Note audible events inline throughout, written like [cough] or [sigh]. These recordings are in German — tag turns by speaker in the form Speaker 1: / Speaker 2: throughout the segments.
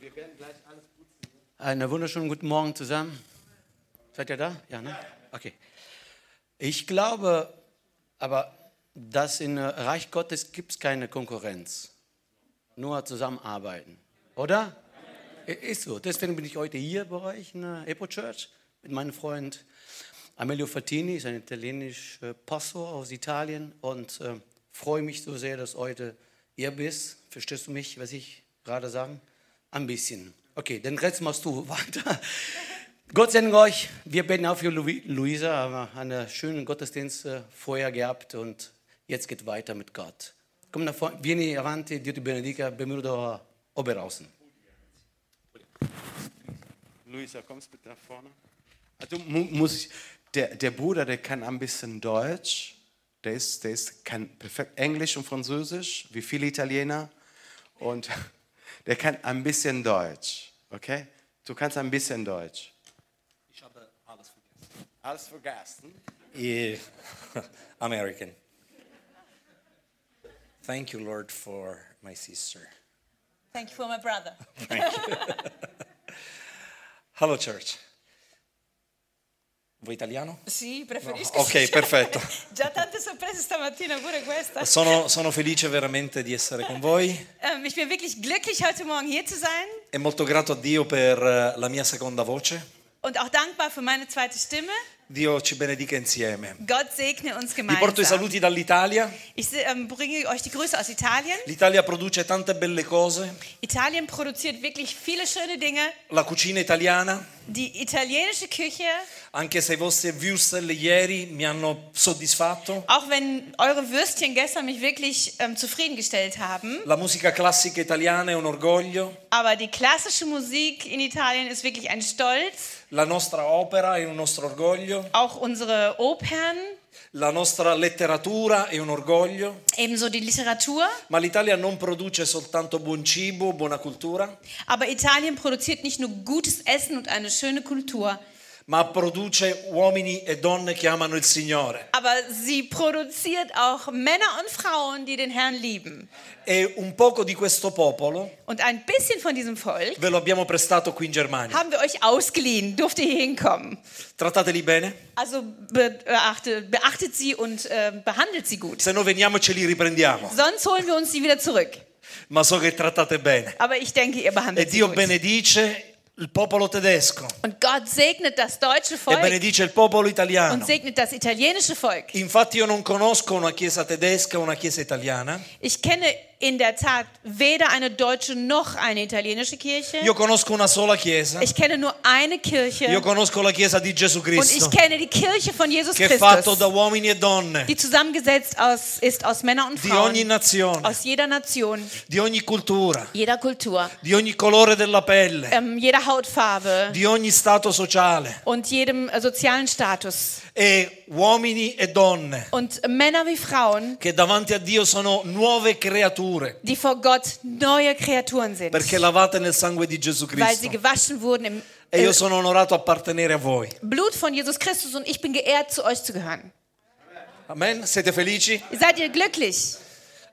Speaker 1: wir werden gleich alles putzen.
Speaker 2: Einen wunderschönen guten Morgen zusammen. Seid ihr da? Ja, ne? Okay. Ich glaube aber, dass im Reich Gottes gibt es keine Konkurrenz. Nur zusammenarbeiten. Oder? Ist so. Deswegen bin ich heute hier bei euch in der Epo Church mit meinem Freund Amelio Fattini, ist ein italienischer Pastor aus Italien und äh, freue mich so sehr, dass heute ihr bist. Verstehst du mich, was ich gerade sagen? Ein bisschen. Okay, den Rest machst du weiter. [laughs] Gott sende euch. Wir beten auch für Lu- Luisa, haben wir einen schönen Gottesdienst äh, vorher gehabt und jetzt geht weiter mit Gott. Komm nach vorne, vieni avanti, Dio ti benedica, benvenuto a Oberhausen.
Speaker 1: Luisa, kommst bitte nach vorne. Also mu muss ich, der, der Bruder, der kann ein bisschen Deutsch, der ist, der ist kann perfekt Englisch und Französisch, wie viele Italiener. Und [laughs] der kann ein bisschen Deutsch, okay? Du kannst ein bisschen Deutsch.
Speaker 3: Ich habe alles vergessen.
Speaker 1: Alles vergessen.
Speaker 3: Yeah. [laughs] American. Thank you, Lord, for my sister.
Speaker 4: Thank you for my brother.
Speaker 3: Hello, church. Vuoi italiano?
Speaker 4: Sì, preferisco.
Speaker 3: Ok, perfetto.
Speaker 4: Già tante sorprese stamattina, pure questa.
Speaker 3: Sono, sono felice veramente di essere con voi
Speaker 4: Ähm, ich bin wirklich glücklich, heute Morgen hier zu sein
Speaker 3: e molto grato a Dio per eh, la mia seconda voce.
Speaker 4: und auch dankbar für meine zweite Stimme.
Speaker 3: Dio ci benedica insieme.
Speaker 4: Gott segne uns
Speaker 3: Vi porto i
Speaker 4: gemeinsam.
Speaker 3: saluti dall'Italia.
Speaker 4: Ich se- ähm, bringe euch die Grüße aus Italien.
Speaker 3: L'Italia produce tante belle cose.
Speaker 4: Italien produziert wirklich viele schöne Dinge.
Speaker 3: La cucina italiana,
Speaker 4: Die italienische Küche,
Speaker 3: anche se i vostri würstel ieri mi hanno soddisfatto.
Speaker 4: auch wenn eure Würstchen gestern mich wirklich ähm, zufriedengestellt haben,
Speaker 3: La musica classica italiana è un orgoglio,
Speaker 4: aber die klassische Musik in Italien ist wirklich ein Stolz.
Speaker 3: la nostra opera è un nostro orgoglio,
Speaker 4: Auch unsere Opern
Speaker 3: la nostra letteratura è un orgoglio,
Speaker 4: Ebenso die Literatur.
Speaker 3: ma l'Italia non produce soltanto buon cibo, buona cultura,
Speaker 4: Aber Italien produziert nicht nur gutes Essen und eine schöne Kultur,
Speaker 3: ma produce uomini e donne che amano il Signore.
Speaker 4: aber sie produziert auch Männer und Frauen, die den Herrn lieben.
Speaker 3: E un poco di questo popolo
Speaker 4: Und ein bisschen von diesem Volk
Speaker 3: ve lo abbiamo prestato qui in Germania.
Speaker 4: haben wir euch ausgeliehen, durft ihr hier hinkommen.
Speaker 3: Trattateli bene,
Speaker 4: Also be- beachte, beachtet sie und äh, behandelt sie gut.
Speaker 3: se no veniamo e ce li riprendiamo,
Speaker 4: Sonst holen wir uns sie wieder zurück.
Speaker 3: ma so che trattate bene.
Speaker 4: Aber ich denke,
Speaker 3: E
Speaker 4: ihr behandelt sie
Speaker 3: Dio
Speaker 4: gut.
Speaker 3: benedice il popolo tedesco
Speaker 4: Und Gott segnet das deutsche
Speaker 3: e
Speaker 4: Volk
Speaker 3: benedice il popolo
Speaker 4: und
Speaker 3: italiano.
Speaker 4: segnet das italienische Volk.
Speaker 3: Infatti io non conosco una chiesa tedesca o una chiesa italiana,
Speaker 4: Ich kenne in der Tat weder eine deutsche noch eine italienische Kirche.
Speaker 3: io conosco una sola chiesa,
Speaker 4: Ich kenne nur eine Kirche
Speaker 3: io conosco la chiesa di Gesù
Speaker 4: und ich
Speaker 3: Cristo,
Speaker 4: kenne die Kirche von Jesus
Speaker 3: che è fatto da
Speaker 4: Christus,
Speaker 3: uomini e donne,
Speaker 4: die zusammengesetzt aus, ist aus Männern und
Speaker 3: di ogni
Speaker 4: Frauen,
Speaker 3: nazione,
Speaker 4: aus jeder Nation,
Speaker 3: di ogni cultura,
Speaker 4: jeder Kultur,
Speaker 3: di ogni colore della pelle,
Speaker 4: ähm, jeder Hautfarbe
Speaker 3: di ogni stato sociale,
Speaker 4: und jedem äh, sozialen Status.
Speaker 3: e uomini e donne
Speaker 4: Und Männer wie Frauen,
Speaker 3: che davanti a Dio sono nuove creature,
Speaker 4: die vor Gott neue Kreaturen sind,
Speaker 3: perché lavate nel sangue di Gesù
Speaker 4: weil sie
Speaker 3: Cristo.
Speaker 4: gewaschen wurden im
Speaker 3: E io
Speaker 4: äh,
Speaker 3: sono onorato a appartenere a voi.
Speaker 4: Blut von Jesus Christus und ich bin geehrt, zu euch zu gehören.
Speaker 3: Amen? Siete felici?
Speaker 4: Seid ihr glücklich?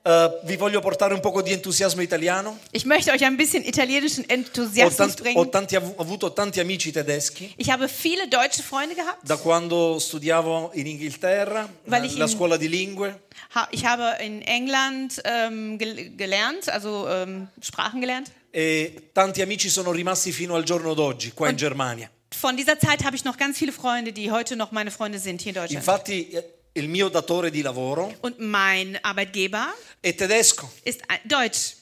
Speaker 3: Eh, vi voglio portare un poco di entusiasmo italiano.
Speaker 4: Ich möchte euch ein bisschen italienischen
Speaker 3: Ho,
Speaker 4: Enthusiasmus
Speaker 3: tanti- ho
Speaker 4: bringen.
Speaker 3: tanti av- ho avuto tanti amici tedeschi
Speaker 4: Ich habe viele deutsche Freunde gehabt.
Speaker 3: da quando studiavo in Inghilterra,
Speaker 4: Weil ich
Speaker 3: alla
Speaker 4: in-
Speaker 3: scuola di lingue,
Speaker 4: Ha- Ich habe in England ähm, gel gelernt, also ähm, Sprachen gelernt.
Speaker 3: e tanti amici sono rimasti fino al giorno d'oggi qua in Germania.
Speaker 4: Von dieser Zeit habe ich noch ganz viele Freunde, die heute noch meine Freunde sind hier in Deutschland.
Speaker 3: Infatti eh, il mio datore di lavoro
Speaker 4: Und mein Arbeitgeber
Speaker 3: è tedesco.
Speaker 4: ist ein- deutsch.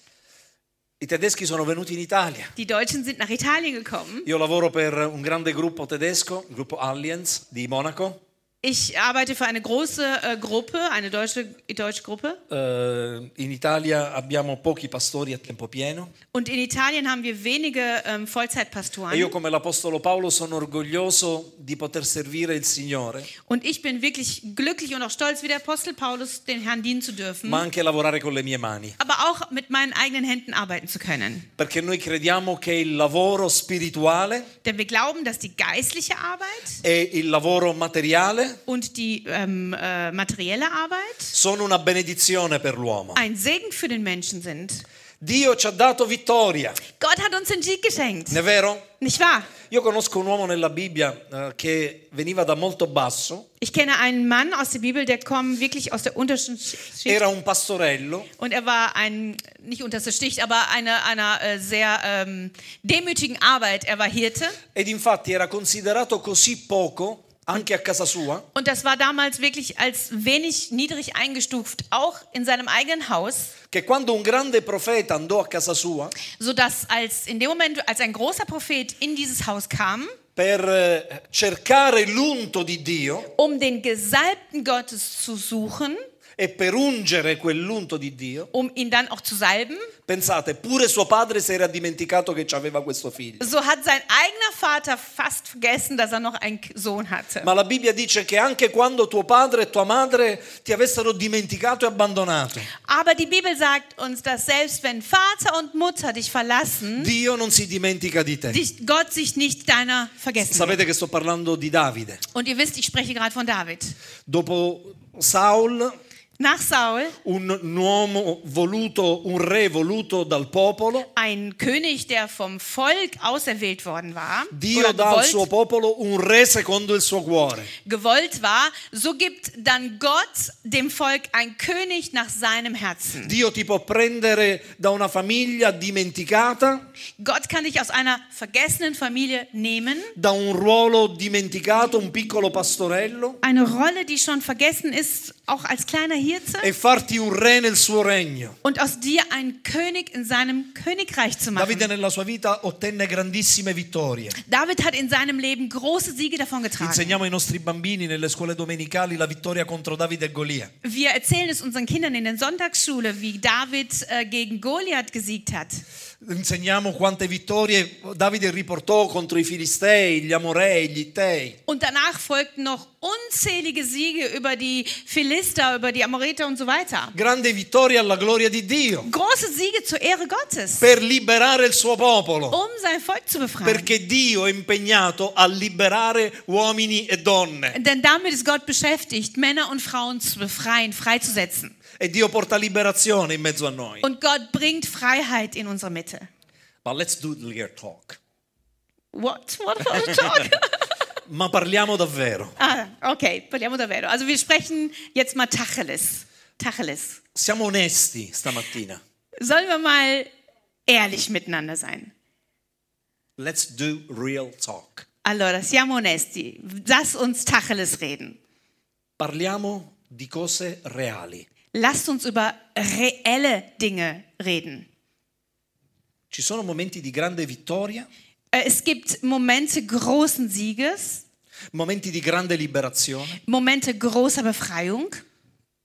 Speaker 3: I tedeschi sono venuti in Italia.
Speaker 4: Die Deutschen sind nach Italien gekommen.
Speaker 3: Io lavoro per un grande gruppo tedesco, il gruppo Allianz di Monaco.
Speaker 4: Ich arbeite für eine große äh, Gruppe, eine deutsche, äh, deutsche Gruppe.
Speaker 3: Eh, in Italia abbiamo pochi pastori a tempo pieno
Speaker 4: Und in Italien haben wir wenige
Speaker 3: e
Speaker 4: ähm,
Speaker 3: io
Speaker 4: Vollzeitpastoren.
Speaker 3: come l'Apostolo Paolo sono orgoglioso di poter servire il Signore
Speaker 4: Und ich bin wirklich glücklich und auch stolz, wie der Apostel Paulus, den Herrn dienen zu dürfen.
Speaker 3: ma anche lavorare con le mie mani,
Speaker 4: Aber auch mit meinen eigenen Händen arbeiten zu können.
Speaker 3: perché noi crediamo che il lavoro spirituale
Speaker 4: Denn wir glauben, dass die geistliche Arbeit
Speaker 3: e il lavoro materiale
Speaker 4: und die ähm, äh, materielle Arbeit
Speaker 3: sono una benedizione per l'uomo.
Speaker 4: ein Segen für den Menschen sind.
Speaker 3: Dio ci ha dato vittoria,
Speaker 4: Gott hat uns den Sieg geschenkt.
Speaker 3: è vero?
Speaker 4: Nicht wahr?
Speaker 3: Io conosco un uomo nella Bibbia eh, che veniva da molto basso,
Speaker 4: Ich kenne einen Mann aus der Bibel, der kommt wirklich aus der untersten Schicht.
Speaker 3: era un pastorello,
Speaker 4: Und er war ein, nicht unterste Schicht, aber einer einer äh, sehr ähm, demütigen Arbeit. Er war Hirte.
Speaker 3: ed infatti era considerato così poco anche a casa sua,
Speaker 4: Und das war damals wirklich als wenig niedrig eingestuft, auch in seinem eigenen Haus,
Speaker 3: che quando un grande profeta andò a casa sua
Speaker 4: sodass als in dem Moment, als ein großer Prophet in dieses Haus kam,
Speaker 3: per eh, cercare l'unto di Dio
Speaker 4: um den Gesalbten Gottes zu suchen,
Speaker 3: e per ungere quell'unto di Dio,
Speaker 4: um ihn dann auch zu salben,
Speaker 3: pensate, pure suo padre si era dimenticato che aveva questo figlio.
Speaker 4: so hat sein eigener Vater fast vergessen, dass er noch einen Sohn hatte.
Speaker 3: Ma la Bibbia dice che anche quando tuo padre e tua madre ti avessero dimenticato e abbandonato,
Speaker 4: Aber die Bibel sagt uns, dass selbst wenn Vater und Mutter dich verlassen,
Speaker 3: Dio non si dimentica di te.
Speaker 4: dich, Gott sich nicht deiner vergessen wird.
Speaker 3: Sapete che sto parlando di Davide.
Speaker 4: Und ihr wisst, ich spreche gerade von David.
Speaker 3: Dopo Saul,
Speaker 4: Nach Saul,
Speaker 3: un uomo voluto, un re voluto dal popolo,
Speaker 4: ein König, der vom Volk auserwählt worden war,
Speaker 3: Dio
Speaker 4: oder
Speaker 3: dà al suo
Speaker 4: gewollt,
Speaker 3: popolo un re secondo il suo cuore.
Speaker 4: gewollt war, so gibt dann Gott dem Volk ein König nach seinem Herzen.
Speaker 3: Dio ti può prendere da una famiglia dimenticata,
Speaker 4: Gott kann dich aus einer vergessenen Familie nehmen,
Speaker 3: da un ruolo dimenticato, un piccolo pastorello,
Speaker 4: eine Rolle, die schon vergessen ist, auch als kleiner Hirte,
Speaker 3: e farti un re nel suo regno.
Speaker 4: und aus dir einen König in seinem Königreich zu machen.
Speaker 3: Davide nella sua vita ottenne grandissime vittorie.
Speaker 4: David hat in seinem Leben große Siege davongetragen.
Speaker 3: Insegniamo ai nostri bambini nelle scuole domenicali la vittoria contro Davide e Golia.
Speaker 4: Wir erzählen es unseren Kindern in der Sonntagsschule, wie David äh, gegen Goliath gesiegt hat.
Speaker 3: Insegniamo quante vittorie Davide riportò contro i Filistei, gli Amorei, gli Ittei.
Speaker 4: Und danach folgten noch unzählige Siege über die Philister, über die Amoriter und so weiter.
Speaker 3: Grande vittoria alla gloria di Dio
Speaker 4: Große Siege zur Ehre Gottes,
Speaker 3: per liberare il suo popolo.
Speaker 4: um sein Volk zu befreien.
Speaker 3: Perché Dio è impegnato a liberare uomini e donne.
Speaker 4: Denn damit ist Gott beschäftigt, Männer und Frauen zu befreien, freizusetzen.
Speaker 3: E Dio porta liberazione in mezzo a noi.
Speaker 4: Und Gott bringt Freiheit in unsere Mitte.
Speaker 3: Ma let's do your talk.
Speaker 4: What? What for the talk?
Speaker 3: Ma parliamo davvero.
Speaker 4: ah, okay, parliamo davvero. Also wir sprechen jetzt mal Tacheles. Tacheles.
Speaker 3: Siamo onesti stamattina.
Speaker 4: Sollen wir mal ehrlich miteinander sein?
Speaker 3: Let's do real talk.
Speaker 4: Allora, siamo onesti. Lass uns Tacheles reden.
Speaker 3: Parliamo di cose reali.
Speaker 4: Lasst uns über reelle Dinge reden.
Speaker 3: Ci sono momenti di grande vittoria,
Speaker 4: Äh, Es gibt Momente großen Sieges,
Speaker 3: momenti di grande liberazione,
Speaker 4: Momente großer Befreiung,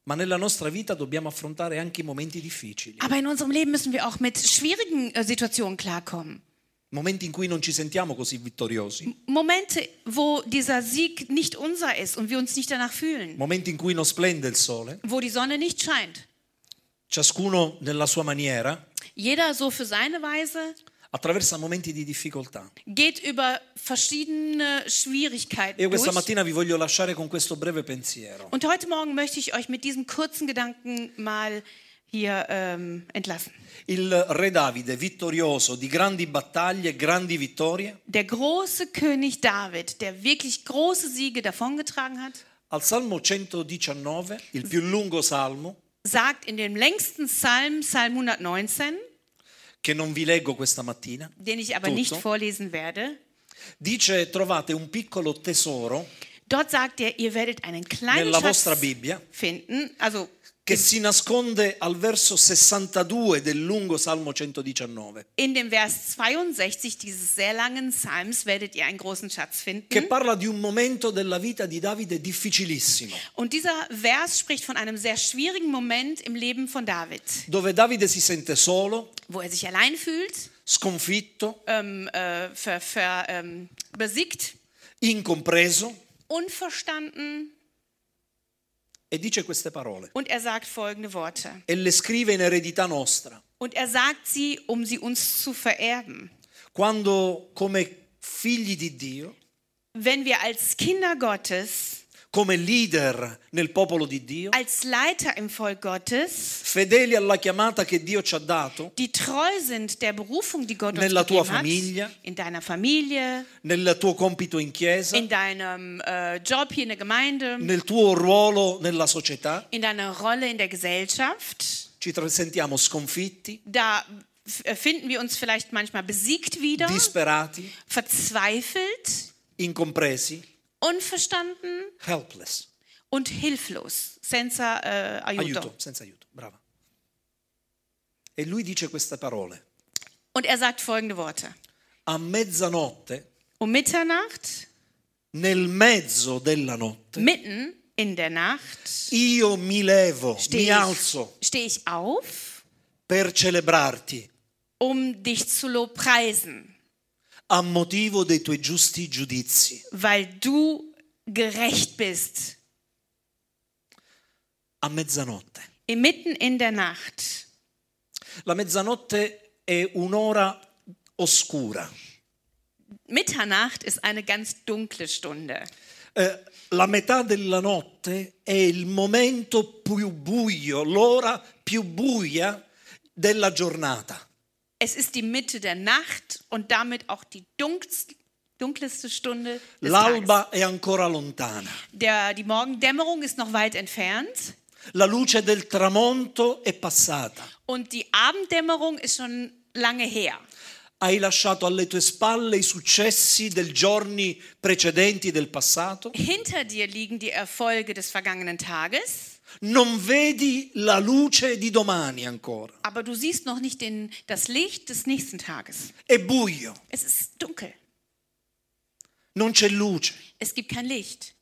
Speaker 3: ma nella nostra vita dobbiamo affrontare anche i momenti difficili,
Speaker 4: aber in unserem Leben müssen wir auch mit schwierigen äh, Situationen klarkommen.
Speaker 3: momenti in cui non ci sentiamo così vittoriosi,
Speaker 4: Momente, wo dieser Sieg nicht unser ist und wir uns nicht danach fühlen,
Speaker 3: momenti in cui non splende il sole,
Speaker 4: wo die Sonne nicht scheint.
Speaker 3: ciascuno nella sua maniera
Speaker 4: Jeder so für seine Weise
Speaker 3: attraversa momenti di difficoltà.
Speaker 4: geht über verschiedene Schwierigkeiten
Speaker 3: Io questa
Speaker 4: durch.
Speaker 3: mattina vi voglio lasciare con questo breve pensiero.
Speaker 4: Und heute Morgen möchte ich euch mit diesem kurzen Gedanken mal hier ähm, entlassen.
Speaker 3: Il re Davide, vittorioso di grandi battaglie, grandi vittorie,
Speaker 4: Der große König David, der wirklich große Siege davongetragen hat,
Speaker 3: Al Salmo 119, il più lungo salmo,
Speaker 4: sagt in dem längsten Psalm, Psalm 119,
Speaker 3: che non vi leggo questa mattina,
Speaker 4: den ich aber
Speaker 3: Tutto.
Speaker 4: nicht vorlesen werde,
Speaker 3: dice trovate un piccolo tesoro
Speaker 4: dort sagt er, ihr werdet einen kleinen
Speaker 3: nella vostra
Speaker 4: Schatz
Speaker 3: Bibbia
Speaker 4: finden, also
Speaker 3: che si nasconde al verso 62 del lungo salmo 119,
Speaker 4: in dem Vers 62 dieses sehr langen Psalms werdet ihr einen großen
Speaker 3: che
Speaker 4: Schatz finden.
Speaker 3: parla di un momento della vita di Davide difficilissimo,
Speaker 4: Und dieser Vers spricht von einem sehr schwierigen Moment im Leben von David,
Speaker 3: dove Davide si sente solo,
Speaker 4: wo er sich allein fühlt,
Speaker 3: sconfitto,
Speaker 4: ähm, äh, ver, ver, ähm, besiegt,
Speaker 3: incompreso
Speaker 4: unverstanden
Speaker 3: e dice queste parole
Speaker 4: und er sagt folgende Worte.
Speaker 3: e le scrive in eredità nostra,
Speaker 4: Und er sagt sie, um sie uns zu vererben.
Speaker 3: quando come figli di Dio
Speaker 4: Wenn wir als Kinder Gottes
Speaker 3: come leader nel popolo di Dio,
Speaker 4: als Leiter im Volk Gottes,
Speaker 3: fedeli alla chiamata che Dio ci ha dato,
Speaker 4: die treu sind der Berufung, die Gott
Speaker 3: Nella
Speaker 4: uns
Speaker 3: tua
Speaker 4: gegeben hat,
Speaker 3: famiglia.
Speaker 4: in deiner Familie,
Speaker 3: nel tuo compito in chiesa,
Speaker 4: in deinem äh, Job hier in der Gemeinde,
Speaker 3: nel tuo ruolo nella società,
Speaker 4: in deiner Rolle in der Gesellschaft.
Speaker 3: ci tra- sentiamo sconfitti,
Speaker 4: Da f- äh, finden wir uns vielleicht manchmal besiegt wieder,
Speaker 3: disperati,
Speaker 4: verzweifelt,
Speaker 3: incompresi,
Speaker 4: unverstanden
Speaker 3: helpless.
Speaker 4: und hilflos. Senza äh, aiuto.
Speaker 3: Aiuto, senza aiuto, brava. E lui dice queste parole.
Speaker 4: Und er sagt folgende Worte.
Speaker 3: A mezzanotte,
Speaker 4: Um Mitternacht,
Speaker 3: nel mezzo della notte,
Speaker 4: mitten in der Nacht,
Speaker 3: io mi levo, mi
Speaker 4: stehe
Speaker 3: alzo
Speaker 4: ich, steh ich auf,
Speaker 3: per celebrarti
Speaker 4: um dich zu lobpreisen,
Speaker 3: a motivo dei tuoi giusti giudizi.
Speaker 4: weil du gerecht bist.
Speaker 3: A mezzanotte.
Speaker 4: Mitten in der Nacht.
Speaker 3: La mezzanotte è un'ora oscura.
Speaker 4: Mitternacht ist eine ganz dunkle Stunde.
Speaker 3: Eh, la metà della notte è il momento più buio, l'ora più buia della giornata.
Speaker 4: Es ist die Mitte der Nacht und damit auch die dunkelst, dunkelste Stunde des Tages.
Speaker 3: L'alba è ancora lontana.
Speaker 4: Der, die Morgendämmerung ist noch weit entfernt
Speaker 3: La luce del tramonto è passata.
Speaker 4: und die Abenddämmerung ist schon lange her.
Speaker 3: Hai lasciato alle tue spalle i successi del giorni precedenti del passato.
Speaker 4: Hinter dir liegen die Erfolge des vergangenen Tages,
Speaker 3: Non vedi la luce di domani ancora.
Speaker 4: aber du siehst noch nicht den, das Licht des nächsten Tages.
Speaker 3: È buio,
Speaker 4: Es ist dunkel.
Speaker 3: non c'è luce.
Speaker 4: Es gibt kein Licht.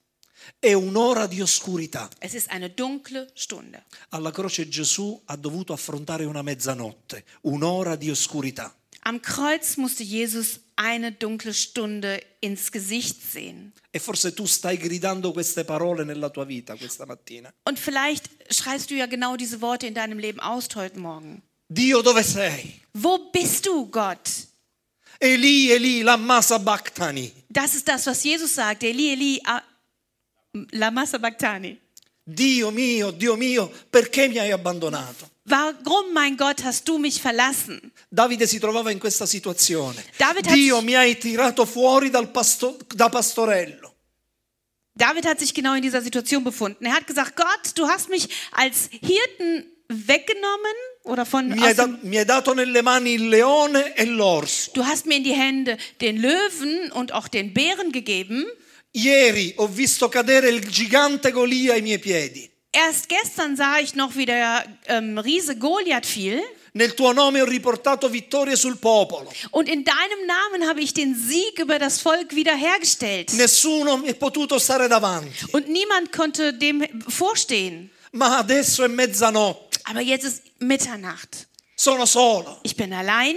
Speaker 3: È un'ora di oscurità.
Speaker 4: Es ist eine dunkle Stunde.
Speaker 3: Alla croce Gesù ha dovuto affrontare una mezzanotte, un'ora di oscurità.
Speaker 4: Am Kreuz musste Jesus eine dunkle Stunde ins Gesicht sehen.
Speaker 3: E forse tu stai gridando queste parole nella tua vita questa mattina.
Speaker 4: Und vielleicht schreist du ja genau diese Worte in deinem Leben aus heute Morgen.
Speaker 3: Dio dove sei?
Speaker 4: Wo bist du, Gott?
Speaker 3: Eli, Eli, lamma sabachthani.
Speaker 4: Das ist das, was Jesus sagt. Eli, Eli, a- lama sabachthani.
Speaker 3: Dio mio, Dio mio, perché mi hai abbandonato?
Speaker 4: Warum, mein Gott, hast du mich verlassen?
Speaker 3: Davide si trovava in questa situazione.
Speaker 4: David hat-
Speaker 3: Dio mi hai tirato fuori dal pasto- da pastorello.
Speaker 4: David hat sich genau in dieser Situation befunden. Er hat gesagt, Gott, du hast mich als Hirten weggenommen oder von
Speaker 3: Mi
Speaker 4: aus
Speaker 3: hai, da-
Speaker 4: dem,
Speaker 3: mi hai dato nelle mani il leone e l'orso.
Speaker 4: Du hast mir in die Hände den Löwen und auch den Bären gegeben.
Speaker 3: Ieri ho visto cadere il gigante Golia ai miei piedi.
Speaker 4: Erst gestern sah ich noch, wie der ähm, Riese Goliath fiel.
Speaker 3: Nel tuo nome ho riportato vittorie sul popolo.
Speaker 4: Und in deinem Namen habe ich den Sieg über das Volk wiederhergestellt.
Speaker 3: Nessuno mi è potuto stare davanti.
Speaker 4: Und niemand konnte dem vorstehen.
Speaker 3: Ma adesso è mezzanotte.
Speaker 4: Aber jetzt ist Mitternacht.
Speaker 3: Sono solo.
Speaker 4: Ich bin allein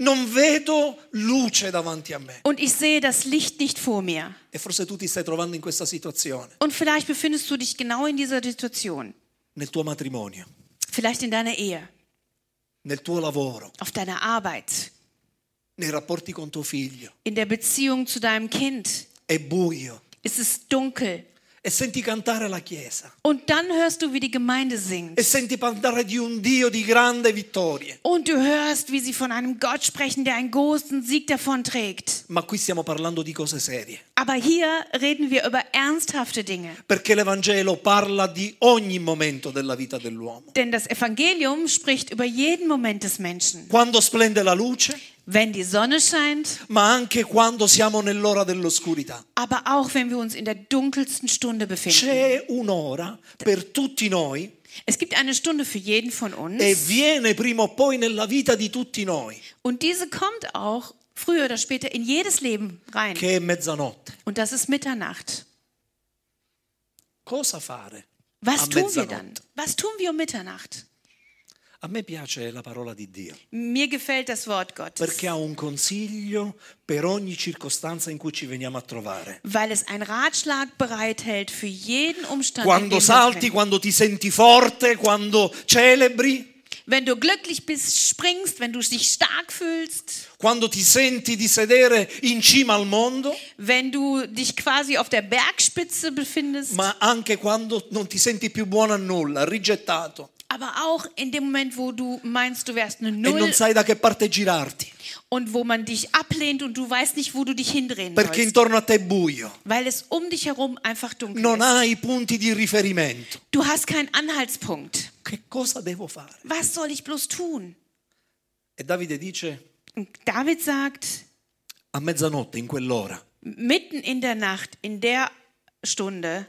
Speaker 3: Non vedo luce davanti a me.
Speaker 4: und ich sehe das Licht nicht vor mir.
Speaker 3: E forse tu ti stai trovando in questa situazione.
Speaker 4: Und vielleicht befindest du dich genau in dieser Situation.
Speaker 3: Nel tuo matrimonio,
Speaker 4: Vielleicht in deiner Ehe,
Speaker 3: nel tuo lavoro,
Speaker 4: auf deiner Arbeit,
Speaker 3: nei rapporti con tuo figlio.
Speaker 4: in der Beziehung zu deinem Kind.
Speaker 3: È buio.
Speaker 4: Es ist dunkel.
Speaker 3: E senti cantare la Chiesa.
Speaker 4: Und dann hörst du, wie die Gemeinde singt.
Speaker 3: E senti parlare di un Dio di grande vittorie.
Speaker 4: Und du hörst, wie sie von einem Gott sprechen, der einen großen Sieg davonträgt.
Speaker 3: Ma qui stiamo parlando di cose serie.
Speaker 4: Aber hier reden wir über ernsthafte Dinge.
Speaker 3: Perché l'Evangelo parla di ogni momento della vita dell'uomo.
Speaker 4: Denn das Evangelium spricht über jeden Moment des Menschen.
Speaker 3: Quando splende la luce,
Speaker 4: Wenn die Sonne scheint,
Speaker 3: ma anche quando siamo nell'ora dell'oscurità.
Speaker 4: aber auch wenn wir uns in der dunkelsten Stunde befinden.
Speaker 3: C'è un'ora per tutti noi
Speaker 4: Es gibt eine Stunde für jeden von
Speaker 3: e
Speaker 4: uns.
Speaker 3: viene prima o poi nella vita di tutti noi,
Speaker 4: Und diese kommt auch früher oder später in jedes Leben rein.
Speaker 3: che è mezzanotte.
Speaker 4: Und das ist Mitternacht.
Speaker 3: Cosa fare?
Speaker 4: Was
Speaker 3: Am
Speaker 4: tun wir
Speaker 3: Mitternacht.
Speaker 4: dann? Was tun wir um Mitternacht?
Speaker 3: A me piace la parola di Dio,
Speaker 4: Mir gefällt das Wort Gottes.
Speaker 3: perché ha un consiglio per ogni circostanza in cui ci veniamo a trovare.
Speaker 4: Weil es einen Ratschlag bereithält für jeden Umstand. in
Speaker 3: Quando
Speaker 4: dem wir
Speaker 3: salti,
Speaker 4: sind.
Speaker 3: quando ti senti forte, quando celebri,
Speaker 4: Wenn du glücklich bist, springst, wenn du dich stark fühlst,
Speaker 3: Quando ti senti di sedere in cima al mondo,
Speaker 4: wenn du dich quasi auf der Bergspitze befindest,
Speaker 3: ma anche quando non ti senti più buono a nulla, rigettato
Speaker 4: aber auch in dem Moment, wo du meinst, du wärst eine
Speaker 3: e
Speaker 4: Null
Speaker 3: non sai da che parte girarti,
Speaker 4: und wo man dich ablehnt und du weißt nicht, wo du dich hindrehen
Speaker 3: perché
Speaker 4: sollst,
Speaker 3: intorno a te è buio,
Speaker 4: weil es um dich herum einfach dunkel
Speaker 3: non
Speaker 4: ist.
Speaker 3: hai punti di riferimento.
Speaker 4: Du hast keinen Anhaltspunkt.
Speaker 3: Che cosa devo fare?
Speaker 4: Was soll ich bloß tun?
Speaker 3: E Davide dice,
Speaker 4: Und David sagt,
Speaker 3: a mezzanotte, in quell'ora,
Speaker 4: mitten in der Nacht, in der Stunde,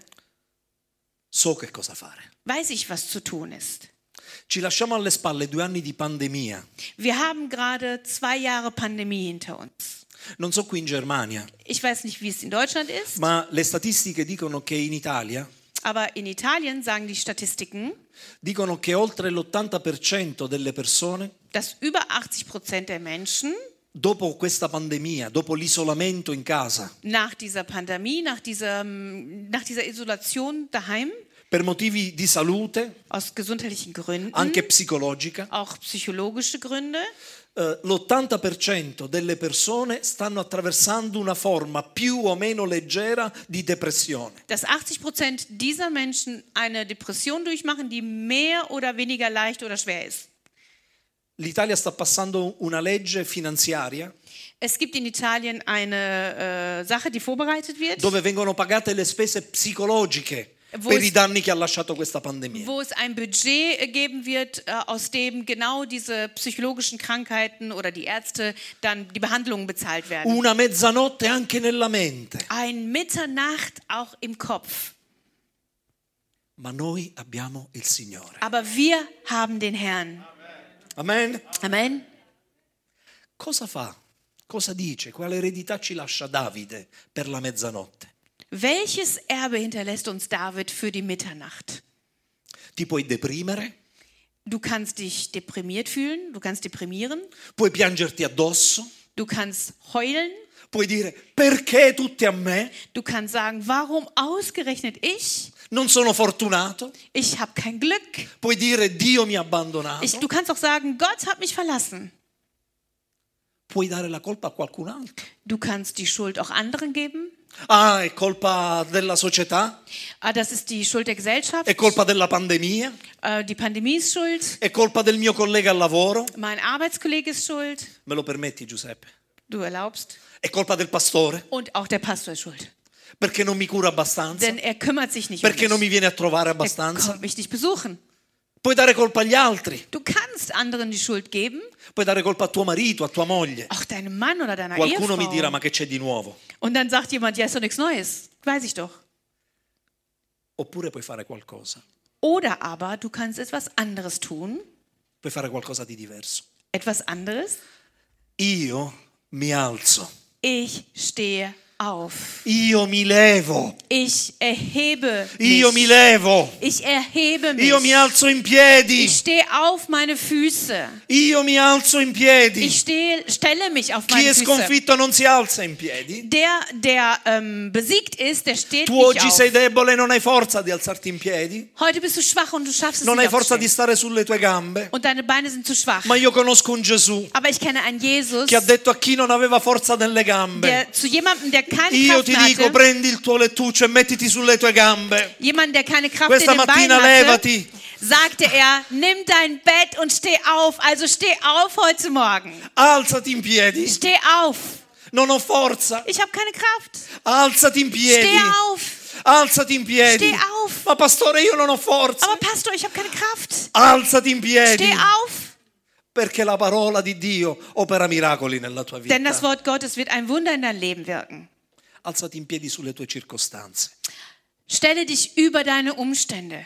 Speaker 3: so che cosa fare.
Speaker 4: weiß ich, was zu tun ist.
Speaker 3: Ci lasciamo alle spalle due anni di pandemia.
Speaker 4: Wir haben gerade zwei Jahre Pandemie hinter uns.
Speaker 3: Non so qui in Germania,
Speaker 4: Ich weiß nicht, wie es in Deutschland ist,
Speaker 3: ma le statistiche dicono che in Italia
Speaker 4: aber in Italien sagen die Statistiken,
Speaker 3: dicono che oltre l'80% delle persone
Speaker 4: dass über 80 Prozent der Menschen
Speaker 3: dopo questa pandemia, dopo l'isolamento in casa,
Speaker 4: nach dieser Pandemie, nach dieser, nach dieser Isolation daheim,
Speaker 3: per motivi di salute,
Speaker 4: aus gesundheitlichen Gründen,
Speaker 3: anche psicologica,
Speaker 4: auch psychologische Gründe,
Speaker 3: eh, l'80% delle persone stanno attraversando una forma più o meno leggera di depressione.
Speaker 4: dass 80 Prozent dieser Menschen eine Depression durchmachen, die mehr oder weniger leicht oder schwer ist.
Speaker 3: L'Italia sta passando una legge finanziaria
Speaker 4: Es gibt in Italien eine äh, Sache, die vorbereitet wird,
Speaker 3: dove vengono pagate le spese psicologiche
Speaker 4: Voi-
Speaker 3: per i danni che ha lasciato questa pandemia.
Speaker 4: wo es ein Budget äh, geben wird, äh, aus dem genau diese psychologischen Krankheiten oder die Ärzte dann die Behandlungen bezahlt werden.
Speaker 3: Una mezzanotte anche nella mente.
Speaker 4: Ein Mitternacht auch im Kopf.
Speaker 3: Ma noi abbiamo il Signore.
Speaker 4: Aber wir haben den Herrn.
Speaker 3: Amen.
Speaker 4: Amen.
Speaker 3: Cosa fa? Cosa dice? Quale eredità ci lascia Davide per la mezzanotte?
Speaker 4: Welches Erbe hinterlässt uns David für die Mitternacht?
Speaker 3: Ti puoi deprimere,
Speaker 4: Du kannst dich deprimiert fühlen, du kannst deprimieren,
Speaker 3: puoi piangerti addosso,
Speaker 4: du kannst heulen,
Speaker 3: puoi dire perché tutti a me?
Speaker 4: du kannst sagen, warum ausgerechnet ich?
Speaker 3: Non sono fortunato,
Speaker 4: Ich habe kein Glück.
Speaker 3: puoi dire Dio mi ha
Speaker 4: Ich,
Speaker 3: abbandonato,
Speaker 4: du kannst auch sagen, Gott hat mich verlassen.
Speaker 3: puoi dare la colpa a qualcun altro.
Speaker 4: Du kannst die Schuld auch anderen geben.
Speaker 3: Ah, è colpa della società,
Speaker 4: Ah, das ist die Schuld der Gesellschaft.
Speaker 3: è colpa della pandemia,
Speaker 4: Äh, die Pandemie ist schuld.
Speaker 3: è colpa del mio collega al lavoro,
Speaker 4: Mein Arbeitskollege ist schuld.
Speaker 3: me lo permetti Giuseppe,
Speaker 4: Du erlaubst.
Speaker 3: è colpa del pastore
Speaker 4: Und auch der Pastor ist schuld.
Speaker 3: perché non mi cura abbastanza,
Speaker 4: Denn er kümmert sich nicht
Speaker 3: perché
Speaker 4: um
Speaker 3: non mi
Speaker 4: mich.
Speaker 3: viene a trovare
Speaker 4: Er
Speaker 3: abbastanza.
Speaker 4: kommt mich nicht besuchen.
Speaker 3: Puoi dare colpa agli altri,
Speaker 4: Du kannst anderen die Schuld geben,
Speaker 3: puoi dare colpa a tuo marito, a tua moglie.
Speaker 4: auch deinem Mann oder deiner
Speaker 3: Qualcuno mi dirà
Speaker 4: Ehefrau.
Speaker 3: ma che c'è di nuovo?
Speaker 4: Und dann sagt jemand, ja, ist doch nichts Neues. Weiß ich doch.
Speaker 3: Oppure puoi fare qualcosa,
Speaker 4: Oder aber du kannst etwas anderes tun.
Speaker 3: puoi fare qualcosa di diverso.
Speaker 4: Etwas anderes.
Speaker 3: Io mi alzo,
Speaker 4: Ich stehe auf.
Speaker 3: io mi levo,
Speaker 4: Ich erhebe mich.
Speaker 3: io mi levo,
Speaker 4: Ich erhebe mich.
Speaker 3: io mi alzo in piedi,
Speaker 4: ich stehe auf meine Füße.
Speaker 3: io mi alzo in
Speaker 4: Ich
Speaker 3: piedi.
Speaker 4: stehe, stelle mich auf
Speaker 3: Chi
Speaker 4: meine
Speaker 3: è
Speaker 4: Füße.
Speaker 3: sconfitto non si alza in piedi.
Speaker 4: Der, der ähm, besiegt ist, der steht
Speaker 3: Tu
Speaker 4: nicht
Speaker 3: oggi
Speaker 4: auf.
Speaker 3: sei debole, non hai forza di alzarti in piedi,
Speaker 4: Heute bist du schwach und du schaffst es
Speaker 3: non hai
Speaker 4: nicht
Speaker 3: forza di stare
Speaker 4: aufzustehen.
Speaker 3: sulle tue gambe.
Speaker 4: Und deine Beine sind zu schwach.
Speaker 3: Ma io conosco un Gesù
Speaker 4: Aber ich kenne einen Jesus,
Speaker 3: che ha detto a chi non aveva forza nelle gambe.
Speaker 4: der zu jemandem, der keine
Speaker 3: Io
Speaker 4: Kraft
Speaker 3: ti dico,
Speaker 4: hatte,
Speaker 3: prendi il tuo lettuccio e mettiti sulle tue gambe.
Speaker 4: jemand, der keine Kraft in
Speaker 3: Questa
Speaker 4: den Beinen
Speaker 3: mattina
Speaker 4: hatte,
Speaker 3: levati.
Speaker 4: sagte er, nimm dein Bett und steh auf. Also steh auf heute Morgen.
Speaker 3: Alzati in piedi.
Speaker 4: Steh auf.
Speaker 3: Non ho forza.
Speaker 4: Ich habe keine Kraft.
Speaker 3: Alzati in piedi.
Speaker 4: Steh auf.
Speaker 3: Alzati in piedi.
Speaker 4: Steh auf.
Speaker 3: Ma pastore, io non ho forza.
Speaker 4: Aber Pastor, ich habe keine Kraft.
Speaker 3: Alzati in piedi.
Speaker 4: Steh auf.
Speaker 3: Perché la parola di Dio opera miracoli nella tua
Speaker 4: Denn das
Speaker 3: vita.
Speaker 4: Wort Gottes wird ein Wunder in dein Leben wirken.
Speaker 3: Alzati in piedi sulle tue circostanze.
Speaker 4: Stelle dich über deine Umstände.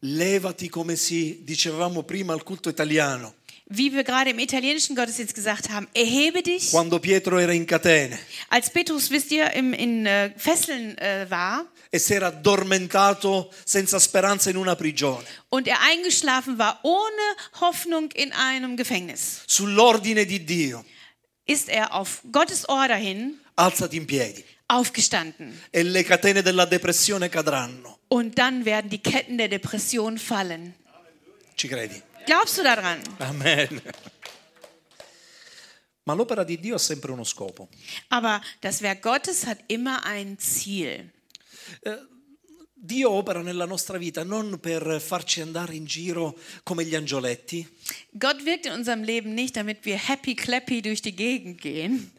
Speaker 3: Levati come si dicevamo prima al culto italiano,
Speaker 4: Wie wir gerade im italienischen Gottesdienst gesagt haben, erhebe dich.
Speaker 3: quando Pietro era in catene
Speaker 4: Als Petrus, wisst ihr, im, in äh, Fesseln äh, war
Speaker 3: e si era addormentato senza speranza in una prigione.
Speaker 4: und er eingeschlafen war ohne Hoffnung in einem Gefängnis,
Speaker 3: Sull'ordine di Dio,
Speaker 4: ist er auf Gottes Order hin
Speaker 3: alzati in piedi
Speaker 4: aufgestanden.
Speaker 3: e le catene della depressione cadranno.
Speaker 4: Und dann werden die Ketten der Depression fallen.
Speaker 3: Ci credi?
Speaker 4: Glaubst du daran?
Speaker 3: Amen. Ma l'opera di Dio ha sempre uno scopo.
Speaker 4: Aber das Werk Gottes hat immer ein Ziel.
Speaker 3: Dio opera nella nostra vita non per farci andare in giro come gli angioletti,
Speaker 4: Gott wirkt in unserem Leben nicht, damit wir happy clappy durch die Gegend gehen,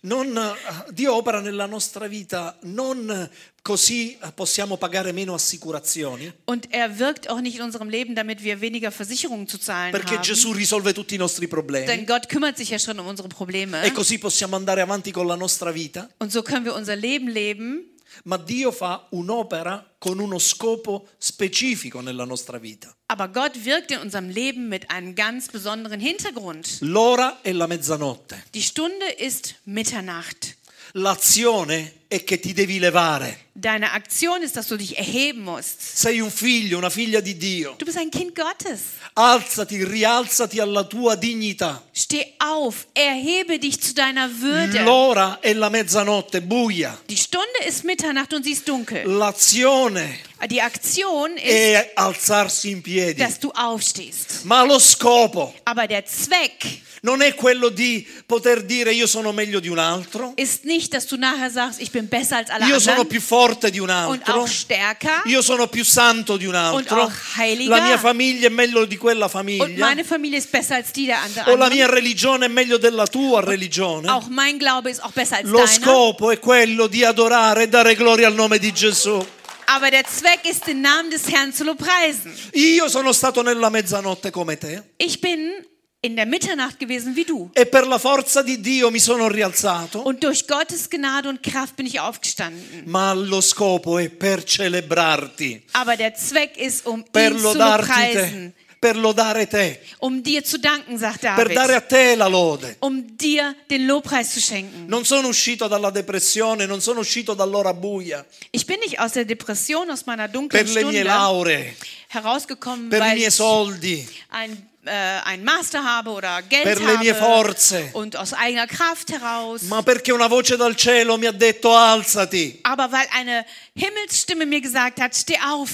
Speaker 3: non, eh, Dio opera nella nostra vita non eh, così eh, possiamo pagare meno assicurazioni,
Speaker 4: Und er wirkt auch nicht in unserem Leben, damit wir weniger Versicherungen zu zahlen
Speaker 3: perché
Speaker 4: haben.
Speaker 3: Gesù risolve tutti i nostri problemi
Speaker 4: Denn Gott kümmert sich ja schon um unsere Probleme.
Speaker 3: e così possiamo andare avanti con la nostra vita,
Speaker 4: Und so können wir unser Leben leben.
Speaker 3: ma Dio fa un'opera con uno scopo specifico nella nostra vita.
Speaker 4: Aber Gott wirkt in unserem Leben mit einem ganz besonderen Hintergrund.
Speaker 3: L'ora è la mezzanotte,
Speaker 4: Die Stunde ist Mitternacht.
Speaker 3: l'azione è che ti devi levare.
Speaker 4: Deine Aktion ist, dass du dich erheben musst.
Speaker 3: Sei un figlio, una figlia di Dio.
Speaker 4: Du bist ein Kind Gottes.
Speaker 3: Alzati, rialzati alla tua dignità.
Speaker 4: Steh auf, erhebe dich zu deiner Würde.
Speaker 3: L'ora è la mezzanotte, buia.
Speaker 4: Die Stunde ist Mitternacht und sie ist dunkel.
Speaker 3: L'azione
Speaker 4: Die Aktion ist,
Speaker 3: è alzarsi in piedi.
Speaker 4: dass du aufstehst.
Speaker 3: Ma lo scopo
Speaker 4: Aber der Zweck
Speaker 3: non è quello di poter dire io sono meglio di un altro,
Speaker 4: ist nicht, dass du nachher sagst, ich bin besser als alle
Speaker 3: io sono
Speaker 4: anderen
Speaker 3: più forte di un
Speaker 4: und
Speaker 3: altro,
Speaker 4: auch stärker
Speaker 3: io sono più santo di un altro,
Speaker 4: auch heiliger.
Speaker 3: la mia famiglia è meglio di quella
Speaker 4: und
Speaker 3: famiglia,
Speaker 4: meine Familie ist besser als die der andere-
Speaker 3: o la
Speaker 4: anderen.
Speaker 3: mia religione è meglio della tua religione.
Speaker 4: Auch mein Glaube ist auch besser als
Speaker 3: Lo
Speaker 4: deiner.
Speaker 3: scopo è quello di adorare e dare gloria al nome di Gesù.
Speaker 4: Aber der Zweck ist, den Namen des Herrn zu lobpreisen.
Speaker 3: Io sono stato nella mezzanotte come te
Speaker 4: Ich bin in der Mitternacht gewesen wie du.
Speaker 3: e per la forza di Dio mi sono rialzato,
Speaker 4: Und durch Gottes Gnade und Kraft bin ich aufgestanden.
Speaker 3: ma lo scopo è per celebrarti,
Speaker 4: Aber der Zweck ist, um
Speaker 3: per
Speaker 4: ihn zu
Speaker 3: lodarti
Speaker 4: lobpreisen,
Speaker 3: te, per lodare te,
Speaker 4: um dir zu danken, sagt
Speaker 3: per dare a
Speaker 4: David.
Speaker 3: te la lode.
Speaker 4: Um dir den Lobpreis zu schenken.
Speaker 3: Non sono uscito dalla depressione, non sono uscito dall'ora buia,
Speaker 4: Ich bin nicht aus der Depression, aus meiner dunklen
Speaker 3: per le mie
Speaker 4: Stunde
Speaker 3: lauree,
Speaker 4: herausgekommen,
Speaker 3: per i
Speaker 4: weil
Speaker 3: miei
Speaker 4: ich
Speaker 3: soldi,
Speaker 4: ein, äh, ein Master habe oder Geld
Speaker 3: Per le
Speaker 4: habe
Speaker 3: mie forze.
Speaker 4: und aus eigener Kraft heraus.
Speaker 3: ma perché una voce dal cielo mi ha detto alzati
Speaker 4: aber weil eine Himmelsstimme mir gesagt hat, steh auf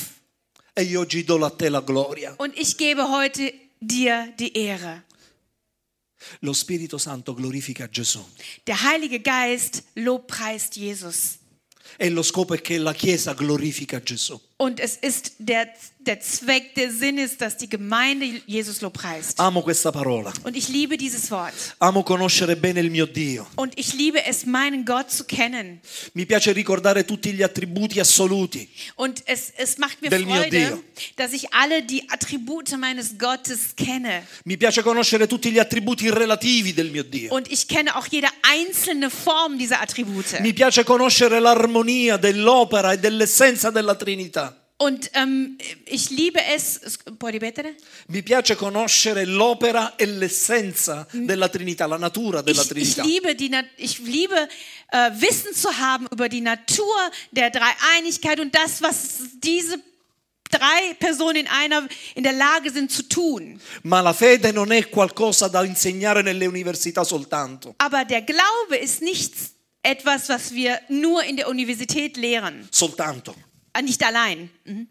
Speaker 3: e io oggi do a te la gloria.
Speaker 4: und ich gebe heute dir die Ehre.
Speaker 3: Lo Spirito Santo glorifica Gesù.
Speaker 4: Der Heilige Geist lobpreist Jesus.
Speaker 3: E lo scopo è che la Chiesa glorifica Gesù.
Speaker 4: Und es ist der, der Zweck, der Sinn ist, dass die Gemeinde Jesus lobpreist.
Speaker 3: Amo questa parola.
Speaker 4: Und ich liebe dieses Wort.
Speaker 3: Amo conoscere bene il mio Dio.
Speaker 4: Und ich liebe es, meinen Gott zu kennen.
Speaker 3: Mi piace ricordare tutti gli attributi assoluti.
Speaker 4: Und es, es macht mir
Speaker 3: Del mio
Speaker 4: Freude,
Speaker 3: Dio.
Speaker 4: dass ich alle die Attribute meines Gottes kenne.
Speaker 3: Mi piace conoscere tutti gli attributi relativi del mio Dio.
Speaker 4: Und ich kenne auch jede einzelne Form dieser Attribute.
Speaker 3: Mi piace conoscere l'armonia dell'opera e dell'essenza della Trinità.
Speaker 4: Und ähm, ich liebe es, Puoi ripetere?
Speaker 3: Mi piace conoscere l'opera e l'essenza della Trinità, la natura della
Speaker 4: ich, ich
Speaker 3: Trinità.
Speaker 4: liebe, die, Nat- ich liebe äh, Wissen zu haben über die Natur der Dreieinigkeit und das, was diese drei Personen in einer in der Lage sind zu tun.
Speaker 3: Ma la fede non è qualcosa da insegnare nelle università soltanto.
Speaker 4: Aber der Glaube ist nicht etwas, was wir nur in der Universität lehren,
Speaker 3: Soltanto.
Speaker 4: Äh, nicht allein, Mhm.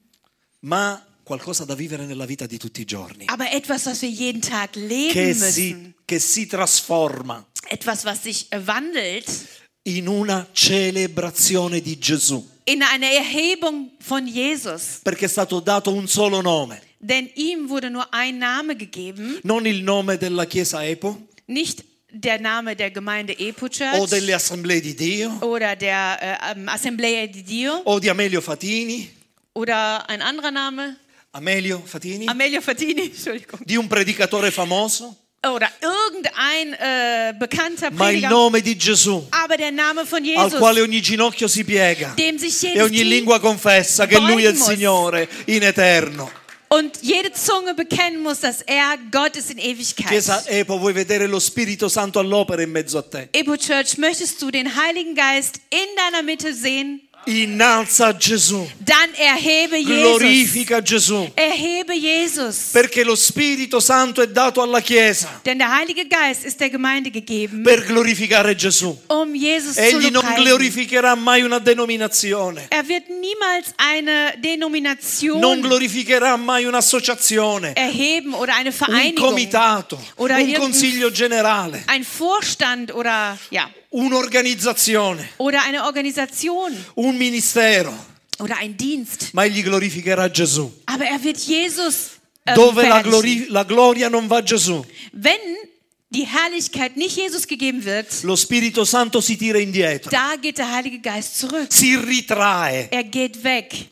Speaker 3: Ma qualcosa da vivere nella vita di tutti i giorni.
Speaker 4: aber etwas, was wir jeden Tag leben
Speaker 3: che
Speaker 4: müssen,
Speaker 3: si, che si trasforma
Speaker 4: etwas, was sich äh, wandelt
Speaker 3: in una celebrazione di Gesù,
Speaker 4: in eine Erhebung von Jesus.
Speaker 3: perché è stato dato un solo nome,
Speaker 4: Denn ihm wurde nur ein Name gegeben,
Speaker 3: non il nome della Chiesa Epo
Speaker 4: nicht der Name der Gemeinde Epo
Speaker 3: o
Speaker 4: Church
Speaker 3: delle Assemblee di Dio
Speaker 4: oder der äh, ähm, Assemblea di Dio
Speaker 3: o di Amelio Fatini,
Speaker 4: oder ein anderer Name,
Speaker 3: Amelio Fatini,
Speaker 4: Amelio Fatini, [laughs] Entschuldigung,
Speaker 3: di un predicatore famoso,
Speaker 4: oder irgendein äh, bekannter
Speaker 3: ma il
Speaker 4: Prediger,
Speaker 3: nome di Gesù,
Speaker 4: aber der Name von
Speaker 3: al
Speaker 4: Jesus,
Speaker 3: quale ogni ginocchio si piega
Speaker 4: dem sich
Speaker 3: e
Speaker 4: jedes
Speaker 3: ogni
Speaker 4: Knie
Speaker 3: lingua confessa che Lui è il
Speaker 4: Beugen muss.
Speaker 3: Signore in eterno.
Speaker 4: und jede Zunge bekennen muss, dass er Gott ist in
Speaker 3: Chiesa
Speaker 4: Ewigkeit.
Speaker 3: Epo, vuoi vedere lo Spirito Santo all'opera in mezzo a te?
Speaker 4: Epo Church, möchtest du den Heiligen Geist in deiner Mitte sehen?
Speaker 3: Innalza Gesù,
Speaker 4: Dann erhebe Jesus.
Speaker 3: glorifica Gesù,
Speaker 4: Erhebe Jesus.
Speaker 3: perché lo Spirito Santo è dato alla Chiesa
Speaker 4: Denn der Heilige Geist ist der Gemeinde gegeben,
Speaker 3: per glorificare Gesù.
Speaker 4: um Jesus zu
Speaker 3: Egli non
Speaker 4: loben.
Speaker 3: glorificherà mai una denominazione,
Speaker 4: Er wird niemals eine
Speaker 3: non
Speaker 4: Denomination
Speaker 3: glorificherà mai un'associazione,
Speaker 4: erheben oder eine
Speaker 3: un
Speaker 4: Vereinigung,
Speaker 3: comitato,
Speaker 4: Ora
Speaker 3: un
Speaker 4: irgend-
Speaker 3: consiglio generale,
Speaker 4: ein Vorstand oder ja
Speaker 3: un'organizzazione,
Speaker 4: oder eine Organisation
Speaker 3: un ministero,
Speaker 4: oder ein Dienst.
Speaker 3: ma egli glorificherà Gesù.
Speaker 4: Aber er wird Jesus ähm,
Speaker 3: Dove la,
Speaker 4: verherrlichen.
Speaker 3: glori- la gloria non va a Gesù,
Speaker 4: Wenn die Herrlichkeit nicht Jesus gegeben wird,
Speaker 3: lo Spirito Santo si tira indietro,
Speaker 4: da geht der Heilige Geist zurück.
Speaker 3: si ritrae,
Speaker 4: Er geht weg.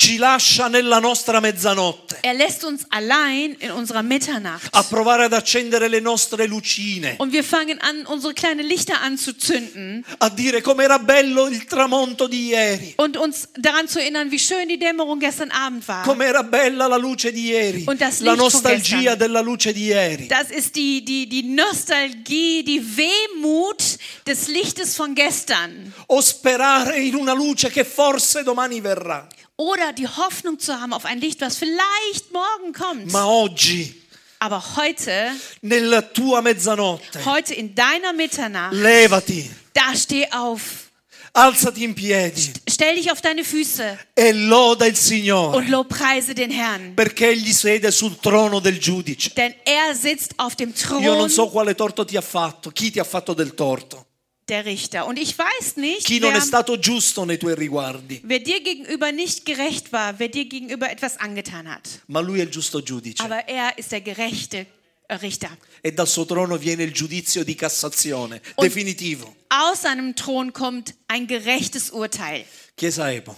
Speaker 3: ci lascia nella nostra mezzanotte
Speaker 4: Er lässt uns allein in unserer Mitternacht.
Speaker 3: a provare ad accendere le nostre lucine,
Speaker 4: Und wir fangen an, unsere kleinen Lichter anzuzünden
Speaker 3: a dire com'era bello il tramonto di ieri.
Speaker 4: und uns daran zu erinnern, wie schön die Dämmerung gestern Abend war.
Speaker 3: Com'era bella la luce di ieri,
Speaker 4: Und das
Speaker 3: la
Speaker 4: Licht von
Speaker 3: nostalgia
Speaker 4: gestern.
Speaker 3: della luce di ieri.
Speaker 4: Das ist die, die, die Nostalgie, die Wehmut des Lichtes von gestern.
Speaker 3: O sperare in una luce che forse domani verrà.
Speaker 4: Oder die Hoffnung zu haben auf ein Licht, was vielleicht morgen kommt.
Speaker 3: Ma oggi,
Speaker 4: Aber heute,
Speaker 3: nella tua mezzanotte,
Speaker 4: heute in deiner Mitternacht,
Speaker 3: levati,
Speaker 4: da steh auf.
Speaker 3: alzati in piedi
Speaker 4: Stell dich auf deine Füße
Speaker 3: e loda il Signore,
Speaker 4: und lobpreise den Herrn.
Speaker 3: perché Egli siede sul trono del giudice.
Speaker 4: Denn er sitzt auf dem
Speaker 3: Io non so
Speaker 4: Thron
Speaker 3: quale torto ti ha fatto, chi ti ha fatto del torto,
Speaker 4: der Richter. Und ich weiß nicht,
Speaker 3: chi non è
Speaker 4: wer
Speaker 3: stato giusto nei tuoi riguardi,
Speaker 4: Wer dir gegenüber nicht gerecht war, wer dir gegenüber etwas angetan hat.
Speaker 3: ma Lui è il giusto giudice
Speaker 4: Aber er ist der gerechte äh, Richter.
Speaker 3: e dal suo trono viene il giudizio di Cassazione, definitivo.
Speaker 4: Aus seinem Thron kommt ein gerechtes Urteil.
Speaker 3: Chiesa Epo.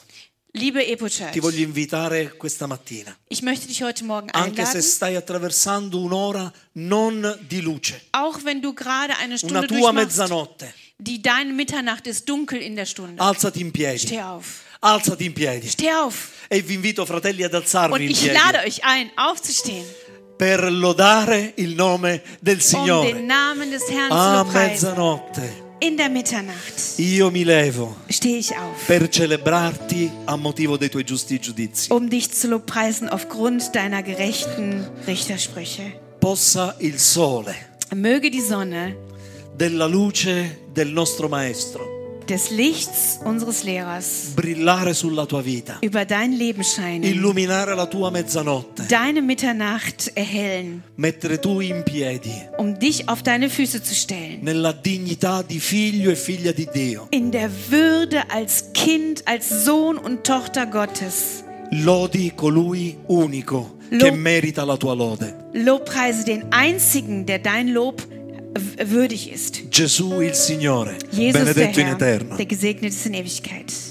Speaker 4: Liebe Epo
Speaker 3: Ti
Speaker 4: Church,
Speaker 3: voglio invitare questa mattina,
Speaker 4: ich möchte dich heute Morgen
Speaker 3: anche se
Speaker 4: einladen,
Speaker 3: stai attraversando un'ora non di luce,
Speaker 4: auch wenn du gerade eine
Speaker 3: una
Speaker 4: Stunde
Speaker 3: tua
Speaker 4: durchmachst,
Speaker 3: mezzanotte, Ah.
Speaker 4: die deine Mitternacht ist dunkel in der Stunde.
Speaker 3: alzati in piedi,
Speaker 4: Steh auf.
Speaker 3: alzati in piedi.
Speaker 4: Steh auf.
Speaker 3: E vi invito fratelli ad
Speaker 4: Und
Speaker 3: alzarvi in
Speaker 4: ich
Speaker 3: piedi
Speaker 4: lade euch ein, aufzustehen,
Speaker 3: per lodare il nome del
Speaker 4: um den
Speaker 3: Signore.
Speaker 4: Namen des Herrn
Speaker 3: A
Speaker 4: zu lobpreisen.
Speaker 3: mezzanotte
Speaker 4: In der Mitternacht
Speaker 3: io mi levo
Speaker 4: stehe ich auf.
Speaker 3: per celebrarti a motivo dei tuoi giusti giudizi.
Speaker 4: um dich zu lobpreisen aufgrund deiner gerechten Richtersprüche.
Speaker 3: Possa il sole
Speaker 4: Möge die Sonne
Speaker 3: della luce del nostro Maestro
Speaker 4: des Lichts unseres Lehrers
Speaker 3: brillare sulla tua vita,
Speaker 4: über dein Leben scheinen,
Speaker 3: illuminare la tua mezzanotte.
Speaker 4: deine Mitternacht erhellen,
Speaker 3: mettere tu in piedi
Speaker 4: um dich auf deine Füße zu stellen.
Speaker 3: nella dignità di figlio e figlia di Dio.
Speaker 4: In der Würde als Kind, als Sohn und Tochter Gottes.
Speaker 3: Lodi colui unico che
Speaker 4: Lo-
Speaker 3: merita la tua lode,
Speaker 4: Lobpreise den einzigen, der dein Lob w- würdig ist.
Speaker 3: Gesù il Signore,
Speaker 4: Jesus, der
Speaker 3: benedetto in
Speaker 4: Herr,
Speaker 3: eterno.
Speaker 4: der gesegnet ist in Ewigkeit.